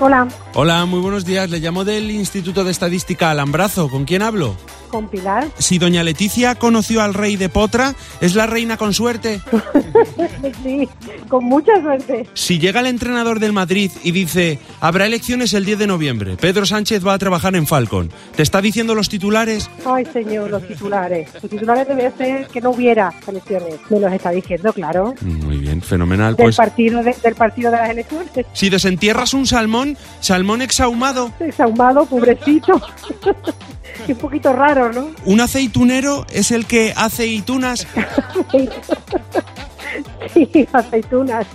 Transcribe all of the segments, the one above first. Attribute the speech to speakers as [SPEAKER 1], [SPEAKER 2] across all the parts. [SPEAKER 1] Hola,
[SPEAKER 2] Hola, muy buenos días. Le llamo del Instituto de Estadística Alambrazo. ¿Con quién hablo?
[SPEAKER 1] con Pilar.
[SPEAKER 2] Si doña Leticia conoció al rey de Potra, ¿es la reina con suerte?
[SPEAKER 1] sí, con mucha suerte.
[SPEAKER 2] Si llega el entrenador del Madrid y dice, habrá elecciones el 10 de noviembre, Pedro Sánchez va a trabajar en Falcon, ¿te está diciendo los titulares?
[SPEAKER 1] Ay, señor, los titulares. Los titulares debe ser que no hubiera elecciones. Me los está diciendo, claro.
[SPEAKER 2] Muy bien, fenomenal.
[SPEAKER 1] Del,
[SPEAKER 2] Pues
[SPEAKER 1] partido de, del partido de las elecciones.
[SPEAKER 2] si desentierras un salmón, salmón exahumado,
[SPEAKER 1] Exahumado, pobrecito. un poquito raro, ¿no?
[SPEAKER 2] un aceitunero es el que hace aceitunas.
[SPEAKER 1] sí, aceitunas.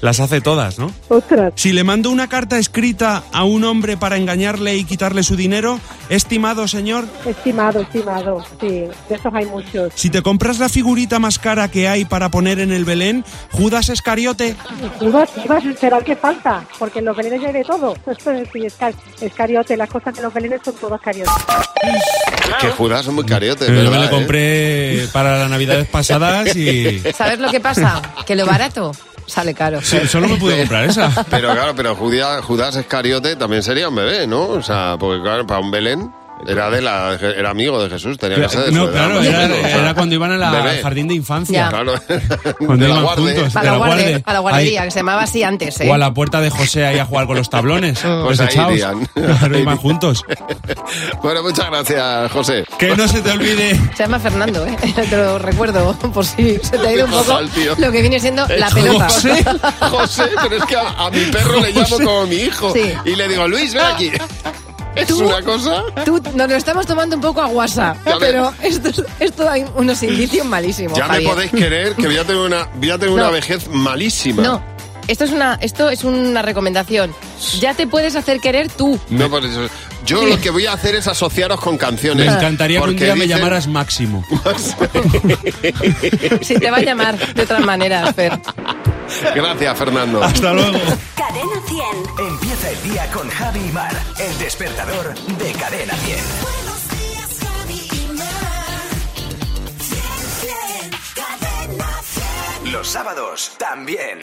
[SPEAKER 2] Las hace todas, ¿no?
[SPEAKER 1] Ostras.
[SPEAKER 2] Si le mando una carta escrita a un hombre para engañarle y quitarle su dinero, estimado señor,
[SPEAKER 1] Estimado, estimado. Sí, de esos hay muchos.
[SPEAKER 2] si te compras la figurita más cara que hay para poner en el Belén, Judas Escariote,
[SPEAKER 1] Judas, Judas, será el que falta, porque en los belenes ya hay de todo. Sí, es, car- es cariote, las cosas de los belenes son todas cariotes.
[SPEAKER 3] Que Judas son muy cariotes,
[SPEAKER 2] Eh,
[SPEAKER 3] ¿verdad?
[SPEAKER 2] me
[SPEAKER 3] eh?
[SPEAKER 2] la compré para las navidades pasadas y
[SPEAKER 4] ¿Sabes lo que pasa? Que lo barato sale caro.
[SPEAKER 2] Sí, solo me pude comprar esa.
[SPEAKER 3] Pero claro, pero Judas, Judas Iscariote también sería un bebé, ¿no? O sea, porque claro, para un Belén era de la era amigo de Jesús, tenía que ser de su
[SPEAKER 2] No,
[SPEAKER 3] edad,
[SPEAKER 2] claro,
[SPEAKER 3] más o
[SPEAKER 2] era,
[SPEAKER 3] menos, o sea,
[SPEAKER 2] era cuando iban a la-
[SPEAKER 3] bebé.
[SPEAKER 2] al jardín de infancia.
[SPEAKER 4] Ya.
[SPEAKER 3] Claro,
[SPEAKER 2] Cuando
[SPEAKER 3] de la
[SPEAKER 2] iban
[SPEAKER 3] guardia.
[SPEAKER 2] juntos.
[SPEAKER 4] Para
[SPEAKER 2] De
[SPEAKER 4] la,
[SPEAKER 2] la
[SPEAKER 4] guardia-
[SPEAKER 2] guarde.
[SPEAKER 4] a la guardería, que se llamaba así antes, ¿eh?
[SPEAKER 2] O a la puerta de José ahí a jugar con los tablones. los
[SPEAKER 3] Pues ahí
[SPEAKER 2] echaos.
[SPEAKER 3] irían.
[SPEAKER 2] Claro,
[SPEAKER 3] Ahí
[SPEAKER 2] iban
[SPEAKER 3] irían.
[SPEAKER 2] juntos.
[SPEAKER 3] Bueno, muchas gracias, José.
[SPEAKER 2] Que no se te olvide.
[SPEAKER 4] Se llama Fernando, ¿eh? Te lo recuerdo, por si se te ha ido un poco
[SPEAKER 3] Fatal, tío.
[SPEAKER 4] lo que viene siendo la
[SPEAKER 3] Eh,
[SPEAKER 4] pelota.
[SPEAKER 2] José.
[SPEAKER 3] José, pero es que a, a mi perro le llamo
[SPEAKER 2] José.
[SPEAKER 3] como mi hijo
[SPEAKER 4] Sí.
[SPEAKER 3] y le digo, "Luis, ven aquí." Es
[SPEAKER 4] ¿Tú? Oh,
[SPEAKER 3] una cosa.
[SPEAKER 4] Tú, nos lo estamos tomando un poco a guasa,
[SPEAKER 3] Ya ves.
[SPEAKER 4] pero esto, esto hay unos indicios malísimos,
[SPEAKER 3] Ya me
[SPEAKER 4] Javier.
[SPEAKER 3] podéis querer que voy a tener una voy a tener una
[SPEAKER 4] No.
[SPEAKER 3] vejez malísima.
[SPEAKER 4] No, esto es, una, esto es una recomendación. Ya te puedes hacer querer tú.
[SPEAKER 3] No, por eso. Yo lo que voy a hacer es asociaros con
[SPEAKER 2] Me
[SPEAKER 3] canciones.
[SPEAKER 2] encantaría que un
[SPEAKER 3] Porque
[SPEAKER 2] día me
[SPEAKER 3] dicen-
[SPEAKER 2] llamaras Máximo.
[SPEAKER 4] Si te va a llamar de otras maneras, Fer.
[SPEAKER 3] Gracias, Fernando.
[SPEAKER 2] Hasta luego.
[SPEAKER 5] Cadena 100.
[SPEAKER 6] Empieza el día con Javi Mar. El despertador de Cadena 100.
[SPEAKER 7] Buenos días, Javi y Mar. Siempre en Cadena 100.
[SPEAKER 6] Los sábados también.